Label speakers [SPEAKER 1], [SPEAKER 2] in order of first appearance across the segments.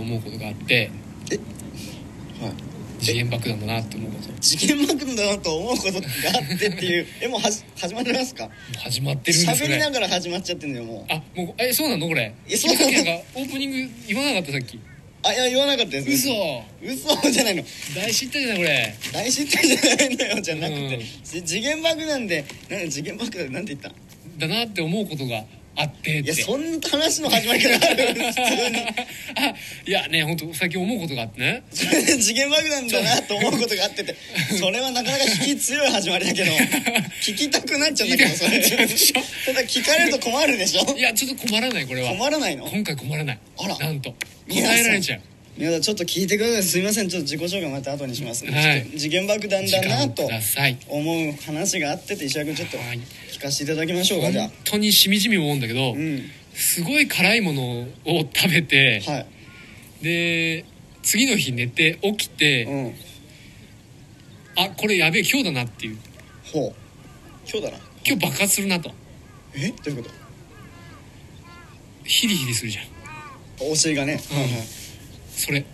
[SPEAKER 1] 思うことがあって
[SPEAKER 2] はい
[SPEAKER 1] 次元爆弾だなって思うことも
[SPEAKER 2] 次元爆弾だなと思うことがあってっていう えもうはじ始まりますか
[SPEAKER 1] う始まってるんです
[SPEAKER 2] 喋
[SPEAKER 1] こ
[SPEAKER 2] りな
[SPEAKER 1] れ
[SPEAKER 2] がら始まっちゃってんのよもう
[SPEAKER 1] あもうえそうなのこれ
[SPEAKER 2] えそうな
[SPEAKER 1] さ
[SPEAKER 2] の
[SPEAKER 1] っきなんかオープニング言わなかったさっき
[SPEAKER 2] あいや言わなかったです
[SPEAKER 1] 嘘
[SPEAKER 2] 嘘じゃないの
[SPEAKER 1] 大失態じゃないこれ
[SPEAKER 2] 大失態じゃないのよじゃなくて、
[SPEAKER 1] うん
[SPEAKER 2] し次元爆弾でなん次元爆弾なんて言った
[SPEAKER 1] だなって思うことがあってって
[SPEAKER 2] い やそんな話の始まり方ある普通に
[SPEAKER 1] あいやね本当最近思うことがあってね
[SPEAKER 2] それで次元爆弾だなと思うことがあっててそれはなかなか引き強い始まりだけ ど聞きたくなっちゃうんだけどそれ
[SPEAKER 1] 聞きたくなっちゃうでしょ
[SPEAKER 2] ただ聞かれると困るでしょ
[SPEAKER 1] いやちょっと困らないこれは
[SPEAKER 2] 困らないの
[SPEAKER 1] 今回困らない
[SPEAKER 2] あら
[SPEAKER 1] なんと
[SPEAKER 2] 皆さん
[SPEAKER 1] 答えられちゃう
[SPEAKER 2] 皆さんちょっと聞いてくださいすいませんちょっと自己紹介また後にします、
[SPEAKER 1] はい
[SPEAKER 2] ちょっと次元爆弾
[SPEAKER 1] 時
[SPEAKER 2] だな
[SPEAKER 1] 間
[SPEAKER 2] と
[SPEAKER 1] ください
[SPEAKER 2] 思う話があってて石原君ちょっと
[SPEAKER 1] はい
[SPEAKER 2] 聞かせていただきましょうかじゃあ
[SPEAKER 1] 本当にしみじみ思うんだけど、
[SPEAKER 2] うん
[SPEAKER 1] すごい辛いものを食べて、
[SPEAKER 2] はい
[SPEAKER 1] で次の日寝て起きて、
[SPEAKER 2] うん
[SPEAKER 1] あこれやべえ今日だなっていう
[SPEAKER 2] ほう今日だな
[SPEAKER 1] 今日爆発するなと
[SPEAKER 2] えどういうこ
[SPEAKER 1] ヒリヒリするじゃん
[SPEAKER 2] とお尻がね、
[SPEAKER 1] うん
[SPEAKER 2] はいはい
[SPEAKER 1] そ れ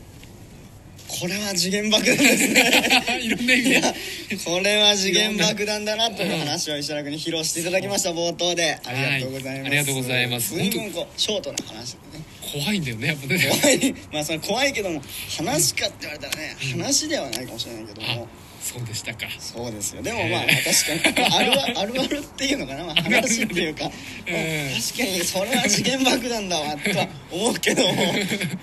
[SPEAKER 2] これは次元爆弾ですね
[SPEAKER 1] いろんな意味で
[SPEAKER 2] いやこれは次元爆弾だなという話を石原君に披露していただきました冒頭でありがとうございます、
[SPEAKER 1] はいありがとうございます
[SPEAKER 2] 随分こうショートな話だね
[SPEAKER 1] 怖いんだよねやっぱね
[SPEAKER 2] 怖いまあそれ怖いけども話かって言われたらね話ではないかもしれないけど
[SPEAKER 1] あ
[SPEAKER 2] も
[SPEAKER 1] そうでしたか
[SPEAKER 2] そうですよでもまあ
[SPEAKER 1] え
[SPEAKER 2] 確かにあるああるあるっていうのかな、まあ、話っていうか、
[SPEAKER 1] ええ
[SPEAKER 2] 確かにそれは次元爆弾だわとは思う けども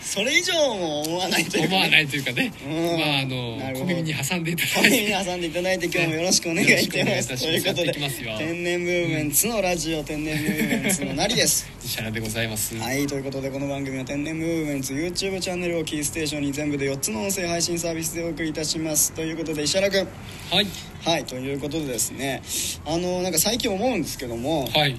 [SPEAKER 2] それ以上も思わないというか
[SPEAKER 1] 思
[SPEAKER 2] ね、
[SPEAKER 1] わないというかね、
[SPEAKER 2] うん
[SPEAKER 1] まああ
[SPEAKER 2] なる
[SPEAKER 1] の
[SPEAKER 2] ほ
[SPEAKER 1] 小
[SPEAKER 2] ど
[SPEAKER 1] 耳に挟んでいた
[SPEAKER 2] 小
[SPEAKER 1] だい
[SPEAKER 2] 耳に
[SPEAKER 1] て
[SPEAKER 2] 挟んでいただいて今日もよろしくお願いいたします
[SPEAKER 1] よろし
[SPEAKER 2] と
[SPEAKER 1] くお願いういたしますやっ
[SPEAKER 2] いことで
[SPEAKER 1] ていきますよ
[SPEAKER 2] 天然ムーブメンツのラジオ天然ムーブメンツのなりです
[SPEAKER 1] 石原でございます、
[SPEAKER 2] はいということでこの番組は天然ムーブメンツ YouTube チャンネルをキーステーションに全部で4つの音声配信サービスでお送りいたしますということで石原君
[SPEAKER 1] はい
[SPEAKER 2] はいということでですねあのなんか最近思うんですけども
[SPEAKER 1] はい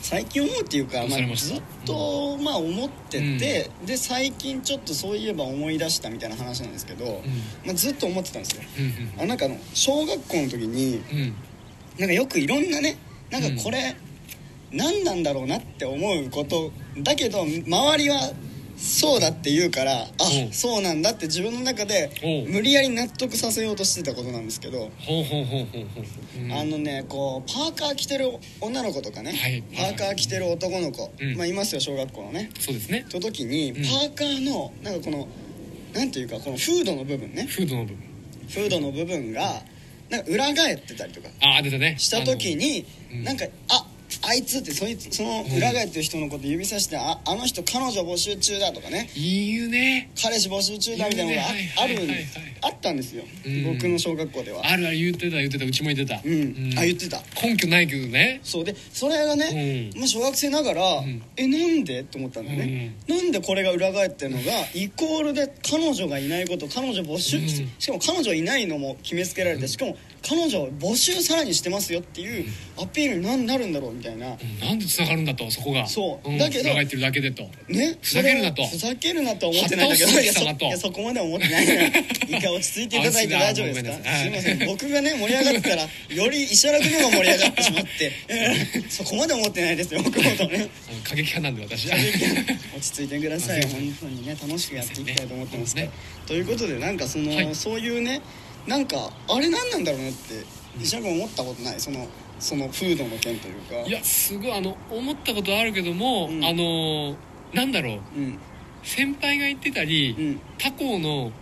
[SPEAKER 2] 最近思うっていうか、
[SPEAKER 1] どう
[SPEAKER 2] ま
[SPEAKER 1] されま
[SPEAKER 2] あ、
[SPEAKER 1] し
[SPEAKER 2] ず
[SPEAKER 1] た
[SPEAKER 2] っと、まあ、思ってて、で最近ちょっとそういえば思い出したみたいな話なんですけど、まあ、ずっと思ってたんですよ
[SPEAKER 1] うん
[SPEAKER 2] あなんかあの小学校の時に
[SPEAKER 1] うんうん
[SPEAKER 2] なんかよくいろんなねなんか
[SPEAKER 1] うん
[SPEAKER 2] これ、何なんだろうなって思うことだけど周りはそうだって言うからあ
[SPEAKER 1] おう
[SPEAKER 2] そうなんだって自分の中で
[SPEAKER 1] おう
[SPEAKER 2] 無理やり納得させようとしてたことなんですけど、
[SPEAKER 1] ほうほうほうほうほう、うん
[SPEAKER 2] あのねこうパーカー着てる女の子とかね、
[SPEAKER 1] はい
[SPEAKER 2] パーカー着てる男の子、
[SPEAKER 1] うん
[SPEAKER 2] まあ、いますよ小学校のね。
[SPEAKER 1] そうですね
[SPEAKER 2] と時に
[SPEAKER 1] う
[SPEAKER 2] パ
[SPEAKER 1] ん
[SPEAKER 2] ーカーのなんかこのなんていうかこのフードの部分ね
[SPEAKER 1] フードの部分
[SPEAKER 2] フードの部分がなんか裏返ってたりとか
[SPEAKER 1] ああ出たね
[SPEAKER 2] した時に、
[SPEAKER 1] あのうん
[SPEAKER 2] なんか「ああいつ」ってそいつその裏返ってる人のこと指さして「ああの人彼女募集中だ」とかね
[SPEAKER 1] あの言うね
[SPEAKER 2] 「彼氏募集中だ」みたいなのが
[SPEAKER 1] い
[SPEAKER 2] あ,、
[SPEAKER 1] いね
[SPEAKER 2] あ
[SPEAKER 1] はい
[SPEAKER 2] る
[SPEAKER 1] はいはいはい
[SPEAKER 2] あったんですよ、
[SPEAKER 1] うん
[SPEAKER 2] 僕の小学校では。
[SPEAKER 1] あるある言ってた言ってたうちも言ってた
[SPEAKER 2] うんあ言ってた
[SPEAKER 1] 根拠ないけどね
[SPEAKER 2] そうでそれがね、
[SPEAKER 1] う
[SPEAKER 2] まあ、小学生ながら、
[SPEAKER 1] ん
[SPEAKER 2] えなんでと思ったんだよね、なんでこれが裏返ってるのがイコールで彼女がいないこと彼女募集、
[SPEAKER 1] うん
[SPEAKER 2] しかも彼女いないのも決めつけられてしかも彼女を募集さらにしてますよっていうアピールになんなるんだろうみたい
[SPEAKER 1] う
[SPEAKER 2] な、
[SPEAKER 1] んなんで繋がるんだとそこが
[SPEAKER 2] そう
[SPEAKER 1] うん、
[SPEAKER 2] だけど
[SPEAKER 1] 繋がってるだけでと
[SPEAKER 2] ね、
[SPEAKER 1] ふざけるなと
[SPEAKER 2] それをふざけるなとは思ってないんだけど
[SPEAKER 1] 旗を
[SPEAKER 2] いやそ
[SPEAKER 1] すぐ貴様と
[SPEAKER 2] いやそこまでは思ってないから一回落ち着いていただいて大丈夫ですか
[SPEAKER 1] あご
[SPEAKER 2] すい
[SPEAKER 1] めんなさい
[SPEAKER 2] ません僕がね盛り上がったらより石原君の方が盛り上がってしまって そこまで思ってないですよ僕のことね
[SPEAKER 1] あの過激派なんで私
[SPEAKER 2] 落ち着いてくだ さい
[SPEAKER 1] すいま
[SPEAKER 2] 本当にね楽しくやっていきたいと思ってます
[SPEAKER 1] ね
[SPEAKER 2] ということでなんかその、
[SPEAKER 1] はい
[SPEAKER 2] そういうねなんかあれ何なんだろうなって石原君思ったことないそのそのフードの件というか
[SPEAKER 1] いやすごいあの思ったことあるけども、
[SPEAKER 2] うん
[SPEAKER 1] あのなんだろう
[SPEAKER 2] うん
[SPEAKER 1] 先輩が言ってたり、
[SPEAKER 2] うん
[SPEAKER 1] 他校の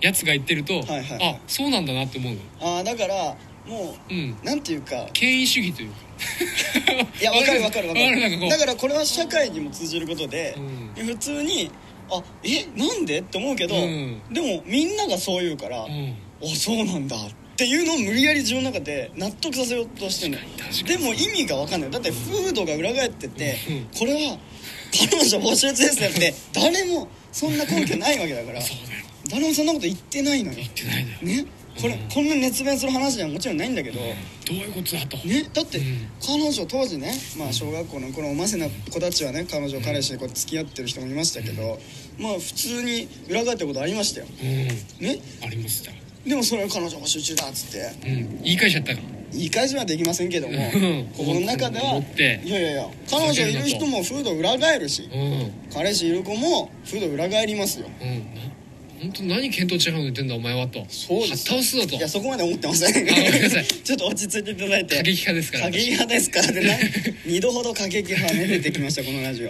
[SPEAKER 1] やつが言ってると、
[SPEAKER 2] はいはいはい
[SPEAKER 1] あそうなんだなって思うの
[SPEAKER 2] ああだからも
[SPEAKER 1] うん
[SPEAKER 2] うなんていうか
[SPEAKER 1] 権威主義というか
[SPEAKER 2] いやわかるわかるわか
[SPEAKER 1] わかるなんかこ
[SPEAKER 2] る
[SPEAKER 1] う
[SPEAKER 2] だからこれは社会にも通じることで、
[SPEAKER 1] うん
[SPEAKER 2] 普通にあえなんでって思うけど、
[SPEAKER 1] うん
[SPEAKER 2] でもみんながそう言うから、
[SPEAKER 1] うん
[SPEAKER 2] あそうなんだっていうのを無理やり自分の中で納得させようとしてるの
[SPEAKER 1] 確かに確か
[SPEAKER 2] で
[SPEAKER 1] に
[SPEAKER 2] も意味が分かんないだってフードが裏返ってて、
[SPEAKER 1] うん
[SPEAKER 2] これは彼女募集中ですねって誰もそんな根拠ないわけだから
[SPEAKER 1] そうだよ
[SPEAKER 2] 誰もそんなこと言ってないのよ
[SPEAKER 1] 言ってないだよ
[SPEAKER 2] ねこれ、
[SPEAKER 1] うん
[SPEAKER 2] こんな熱弁する話ではもちろんないんだけど、
[SPEAKER 1] どういうことだと、
[SPEAKER 2] ね、だって
[SPEAKER 1] うん
[SPEAKER 2] 彼女当時ね、まあ、小学校のこのおませな子たちはね彼女彼氏でこう付き合ってる人もいましたけど、まあ普通に裏返ったことありましたよ、
[SPEAKER 1] うん
[SPEAKER 2] ね、
[SPEAKER 1] ありました
[SPEAKER 2] でもそれを彼女も集中だっつって
[SPEAKER 1] うん言い返しちゃったか
[SPEAKER 2] 言い返しはできませんけども
[SPEAKER 1] うん
[SPEAKER 2] 心の中では
[SPEAKER 1] 持って
[SPEAKER 2] いやいやいや彼女いる人もフード裏返るし
[SPEAKER 1] うん
[SPEAKER 2] 彼氏いる子もフード裏返りますよ
[SPEAKER 1] うんな本当何見当違いの言ってんだお前はと
[SPEAKER 2] そうです
[SPEAKER 1] はっ倒すぞと
[SPEAKER 2] いやそこまで思ってません
[SPEAKER 1] あごめんなさい
[SPEAKER 2] ちょっと落ち着いていただいて
[SPEAKER 1] 過激派ですから
[SPEAKER 2] 過激派で すからでな二度ほど過激派ね出てきましたこのラジオ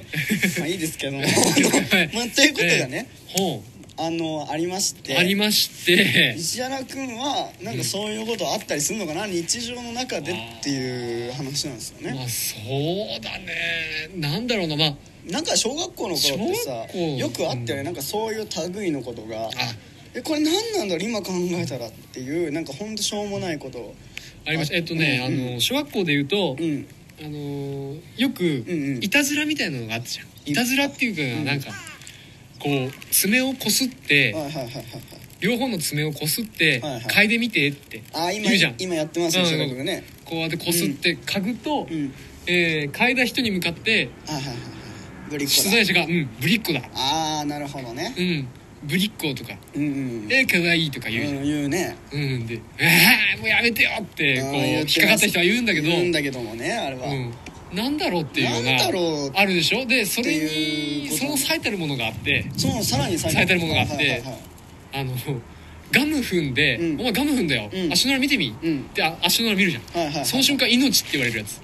[SPEAKER 2] まあいいですけどもまあということがね、
[SPEAKER 1] ええほ
[SPEAKER 2] あのありまして
[SPEAKER 1] うありまして
[SPEAKER 2] 石原君はなんかそういうことあったりするのかな、日常の中でっていう話なんですよ
[SPEAKER 1] ま
[SPEAKER 2] ね
[SPEAKER 1] あそうだねなんだろうなまあ
[SPEAKER 2] なんか小学校の頃ってさ
[SPEAKER 1] 小学校
[SPEAKER 2] よくあったよねなんかそういう類のことが
[SPEAKER 1] あ
[SPEAKER 2] えこれ何なんだろう今考えたらっていうなんかほんとしょうもないことを
[SPEAKER 1] ありましたえっとね、
[SPEAKER 2] うんうん
[SPEAKER 1] あの小学校でいうと、
[SPEAKER 2] うん
[SPEAKER 1] あのーよく
[SPEAKER 2] んうん
[SPEAKER 1] いたずらみたいなのがあったじゃん
[SPEAKER 2] い
[SPEAKER 1] いたずらっていうかなんか、こう爪をこすって
[SPEAKER 2] はいはいはいはいはい
[SPEAKER 1] 両方の爪をこすって
[SPEAKER 2] はいはい
[SPEAKER 1] 嗅いでみてって
[SPEAKER 2] あ今
[SPEAKER 1] 言うじゃん
[SPEAKER 2] 今やってますよ
[SPEAKER 1] うん
[SPEAKER 2] そういうことがね
[SPEAKER 1] こうやってこすって嗅ぐと、
[SPEAKER 2] うん
[SPEAKER 1] えー嗅いだ人に向かって
[SPEAKER 2] はいはいはいはいブリ
[SPEAKER 1] 出
[SPEAKER 2] ッコだ
[SPEAKER 1] 題者が「うんぶりっ子だ」
[SPEAKER 2] ああなるほどね
[SPEAKER 1] うんぶりっ子」とか
[SPEAKER 2] うんう
[SPEAKER 1] 「
[SPEAKER 2] ん
[SPEAKER 1] えー、かわいい」とか言うじゃん
[SPEAKER 2] うん言うね
[SPEAKER 1] うんで「えー、もうやめてよ」ってこ
[SPEAKER 2] あ
[SPEAKER 1] う
[SPEAKER 2] ー言ってます
[SPEAKER 1] 引っかかった人は言うんだけど
[SPEAKER 2] 言うんだけどもねあれは、
[SPEAKER 1] うん、なんだろうっていうような
[SPEAKER 2] なんだろう
[SPEAKER 1] あるでしょでそれ
[SPEAKER 2] っていう
[SPEAKER 1] に
[SPEAKER 2] こと
[SPEAKER 1] その最たるものがあって
[SPEAKER 2] そのさらに
[SPEAKER 1] 最たるものがあって
[SPEAKER 2] はいはいはい
[SPEAKER 1] あのガム踏んで「
[SPEAKER 2] うん
[SPEAKER 1] お前ガム踏んだよ、
[SPEAKER 2] うん
[SPEAKER 1] 足の裏見てみ」っ
[SPEAKER 2] うん
[SPEAKER 1] てあ足の裏見るじゃん、
[SPEAKER 2] はいはいはい
[SPEAKER 1] その瞬間「命」って言われるやつ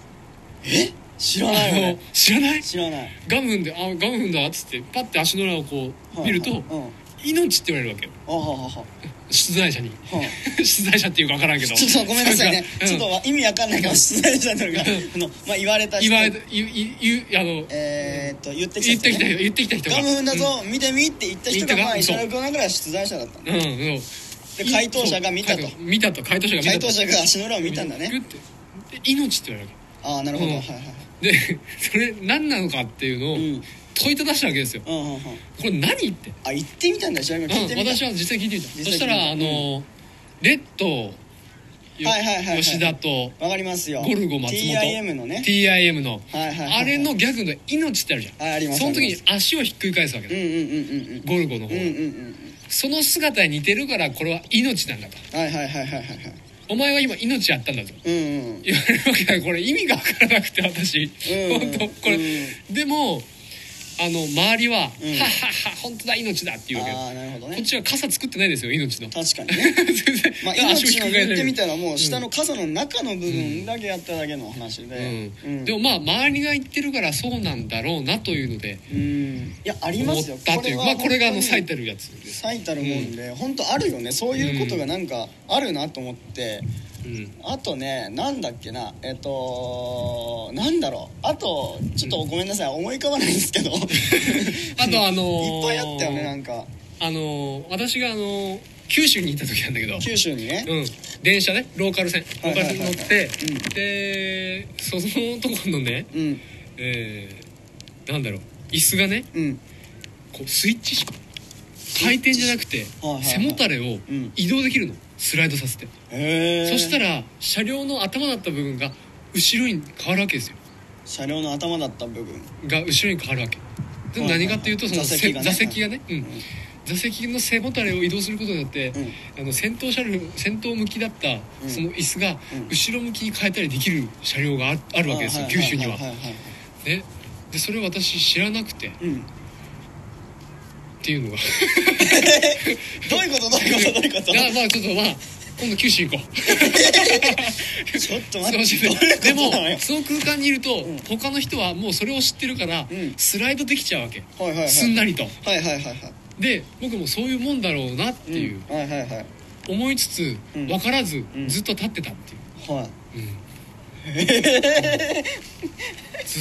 [SPEAKER 2] え知ら
[SPEAKER 1] あ
[SPEAKER 2] ない
[SPEAKER 1] の
[SPEAKER 2] 俺
[SPEAKER 1] 知らない
[SPEAKER 2] 知らない
[SPEAKER 1] ガム踏んで「あガム踏んだ」っつってパッて足の裏をこう見ると
[SPEAKER 2] はいはいうん
[SPEAKER 1] 「命」って言われるわけよ
[SPEAKER 2] あははは
[SPEAKER 1] 出題者に
[SPEAKER 2] は
[SPEAKER 1] 出題者っていうか分からんけど
[SPEAKER 2] ちょっとごめんなさいね、
[SPEAKER 1] うん
[SPEAKER 2] ちょっと意味わかんないから出題者というかあの、まあ、言われた人
[SPEAKER 1] 言われて言う言うあの
[SPEAKER 2] えー、っと言って
[SPEAKER 1] 言
[SPEAKER 2] き
[SPEAKER 1] ってき
[SPEAKER 2] た人、
[SPEAKER 1] た
[SPEAKER 2] ね、
[SPEAKER 1] 人言ってきた人が
[SPEAKER 2] ガム踏んだぞ、見てみって言った人
[SPEAKER 1] 言
[SPEAKER 2] が
[SPEAKER 1] ったか
[SPEAKER 2] まあ石
[SPEAKER 1] そう
[SPEAKER 2] 原君の中では出題者だったんだ
[SPEAKER 1] うんうん
[SPEAKER 2] で回答者が見たと
[SPEAKER 1] そう見たと回答者が見た
[SPEAKER 2] 回
[SPEAKER 1] と
[SPEAKER 2] 答者が足の裏を見たんだ
[SPEAKER 1] グ
[SPEAKER 2] ね
[SPEAKER 1] ッてで命って言われるわ
[SPEAKER 2] ああなるほど、
[SPEAKER 1] うん
[SPEAKER 2] はいはい
[SPEAKER 1] けで それ何なのかっていうのを
[SPEAKER 2] うん
[SPEAKER 1] 問いただしたわけですよ、
[SPEAKER 2] うんうんうん
[SPEAKER 1] これ何って、
[SPEAKER 2] あ行ってみたんだ石原
[SPEAKER 1] うん、
[SPEAKER 2] 君聞いてみた、
[SPEAKER 1] 私は実際聞いてみた
[SPEAKER 2] 実際聞いてみた
[SPEAKER 1] そしたらあの、レッドよ
[SPEAKER 2] はいはいはいはい
[SPEAKER 1] 吉田と
[SPEAKER 2] わかりますよ
[SPEAKER 1] ゴルゴ松本
[SPEAKER 2] TIM のね
[SPEAKER 1] TIM の、
[SPEAKER 2] はいはいはいはい
[SPEAKER 1] あれのギャグの「命」ってあるじゃん
[SPEAKER 2] はいあります
[SPEAKER 1] その時に足をひっくり返すわけ
[SPEAKER 2] うん
[SPEAKER 1] だ、
[SPEAKER 2] うんうんうんうん
[SPEAKER 1] ゴルゴの方、
[SPEAKER 2] うんうんうん
[SPEAKER 1] その姿に似てるからこれは命なんだと
[SPEAKER 2] うんはいはいはいはいはいはい
[SPEAKER 1] お前は今命やったんだと
[SPEAKER 2] うんうん
[SPEAKER 1] 言われるわけだこれ意味が分からなくて私、
[SPEAKER 2] うん
[SPEAKER 1] 本当これ、
[SPEAKER 2] う
[SPEAKER 1] でもあの周りは「はっ
[SPEAKER 2] うん
[SPEAKER 1] はっは本当だ命だ」っていうわけ
[SPEAKER 2] あ
[SPEAKER 1] こ
[SPEAKER 2] あなるほど
[SPEAKER 1] っ
[SPEAKER 2] ね
[SPEAKER 1] ちは傘作ってないですよ命の
[SPEAKER 2] 確かにね
[SPEAKER 1] 全然
[SPEAKER 2] まあ、
[SPEAKER 1] 足を
[SPEAKER 2] 命
[SPEAKER 1] ひっ
[SPEAKER 2] の
[SPEAKER 1] くり返
[SPEAKER 2] 言ってみ
[SPEAKER 1] さ
[SPEAKER 2] た
[SPEAKER 1] れ
[SPEAKER 2] らもう下の傘の中の部分だけやっただけの話で
[SPEAKER 1] る、
[SPEAKER 2] う
[SPEAKER 1] うんんでもまあ周りが言ってるからそうなんだろうなというので
[SPEAKER 2] うんいやありま
[SPEAKER 1] 思っ
[SPEAKER 2] すよ
[SPEAKER 1] たというまあこれがあの最
[SPEAKER 2] 最
[SPEAKER 1] たるやつです、
[SPEAKER 2] 最たるもんで、本当あるよねそういうことがなんかあるなと思って、
[SPEAKER 1] うん、
[SPEAKER 2] あとねなんだっけなえっとなんだろうあとちょっとごめんなさい思い浮かばないんで すけどいっ
[SPEAKER 1] あとあのー
[SPEAKER 2] ぱいあったよねなんか
[SPEAKER 1] あのー私があのー九州に行った時なんだけど
[SPEAKER 2] 九州にね、
[SPEAKER 1] うん、電車ねローカル線ローカル線に乗っ
[SPEAKER 2] はいはい
[SPEAKER 1] て
[SPEAKER 2] はいはいうん
[SPEAKER 1] でそのとこのね、
[SPEAKER 2] うん
[SPEAKER 1] えー、なんだろう椅子がね
[SPEAKER 2] うん
[SPEAKER 1] こうスイッチ式回転じゃなくて
[SPEAKER 2] はいはいはい
[SPEAKER 1] 背もたれを
[SPEAKER 2] うん
[SPEAKER 1] 移動できるのスライドさせて、
[SPEAKER 2] へえ
[SPEAKER 1] そした
[SPEAKER 2] ら
[SPEAKER 1] ら車両の頭だった部分が後ろに変わるわけですよ
[SPEAKER 2] 車両の頭だった部分
[SPEAKER 1] が後ろに変わるわけでも
[SPEAKER 2] はいはい
[SPEAKER 1] 何かっていうとその
[SPEAKER 2] 座席が
[SPEAKER 1] せ
[SPEAKER 2] ね
[SPEAKER 1] 座席がね、うん座席の背もたれを移動することによって、
[SPEAKER 2] うん
[SPEAKER 1] あの先頭車両先頭向きだった
[SPEAKER 2] ん
[SPEAKER 1] その椅子が
[SPEAKER 2] うん
[SPEAKER 1] 後ろ向きに変えたりできる車両がああるわけですよ
[SPEAKER 2] はい
[SPEAKER 1] 九
[SPEAKER 2] はい
[SPEAKER 1] 州には。
[SPEAKER 2] いいい
[SPEAKER 1] ね、でそれ私知らなくてっ
[SPEAKER 2] うん
[SPEAKER 1] て いうのが
[SPEAKER 2] どういうことどういうことどういうこと
[SPEAKER 1] だ からまあちょっとまあ今度九州行 こう。
[SPEAKER 2] ちょっと
[SPEAKER 1] そ
[SPEAKER 2] 待
[SPEAKER 1] う
[SPEAKER 2] っ
[SPEAKER 1] 教
[SPEAKER 2] てどう
[SPEAKER 1] えてで
[SPEAKER 2] いう
[SPEAKER 1] も
[SPEAKER 2] ことなのよ
[SPEAKER 1] その空間にいると、
[SPEAKER 2] ん
[SPEAKER 1] 他の人はもうそれを知ってるから、
[SPEAKER 2] ん
[SPEAKER 1] スライドできちゃうわけ、
[SPEAKER 2] はいはいはい
[SPEAKER 1] すんなりと。
[SPEAKER 2] はいはいはいはい
[SPEAKER 1] で僕もそういうもんだろうなっていう。
[SPEAKER 2] うんはいはいはいはい
[SPEAKER 1] 思いつつ
[SPEAKER 2] うん
[SPEAKER 1] 分からず、
[SPEAKER 2] うん
[SPEAKER 1] ずっと立ってたっていう、ず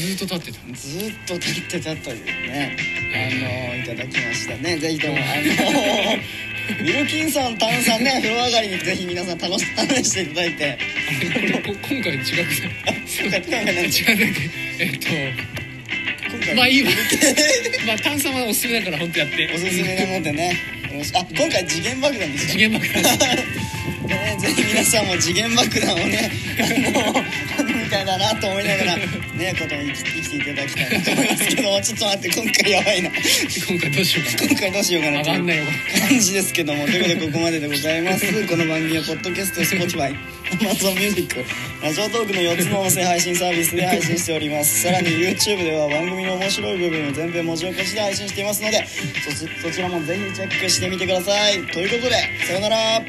[SPEAKER 1] ーっと立ってた
[SPEAKER 2] ずーっと立ってたというねあのいただきましたねぜひとも あのミルキンさん炭酸ね風呂上がりにぜひ皆さん楽し試していただい て
[SPEAKER 1] あれこれこ今回違くない
[SPEAKER 2] 今回今回何
[SPEAKER 1] 違うなんかえっ
[SPEAKER 2] 今
[SPEAKER 1] と
[SPEAKER 2] 回
[SPEAKER 1] まあいい わまあ炭酸はおすすめだから本当やって
[SPEAKER 2] おすすめなのでねよろしあ今回次元爆弾でした
[SPEAKER 1] 次元爆弾
[SPEAKER 2] でねぜひ皆さんも次元爆弾をねあのみたいだなと思いなが らねことに生き生きていただきたいと思いますけどもちょっと待って今回やばいな
[SPEAKER 1] 今回どうしようか
[SPEAKER 2] 今回どうしようか
[SPEAKER 1] な
[SPEAKER 2] な
[SPEAKER 1] 上
[SPEAKER 2] と
[SPEAKER 1] が
[SPEAKER 2] い
[SPEAKER 1] ん
[SPEAKER 2] う
[SPEAKER 1] ないよ
[SPEAKER 2] 感じですけどもということでここまででございますこの番組はポッドキャスト Spotify Amazon Music ラジオトークの4つの音声配信サービスで配信しておりますさらに YouTube では番組の面白い部分を全編文字起こしで配信していますのでそそちらもぜひチェックしてみてくださいということでさよなら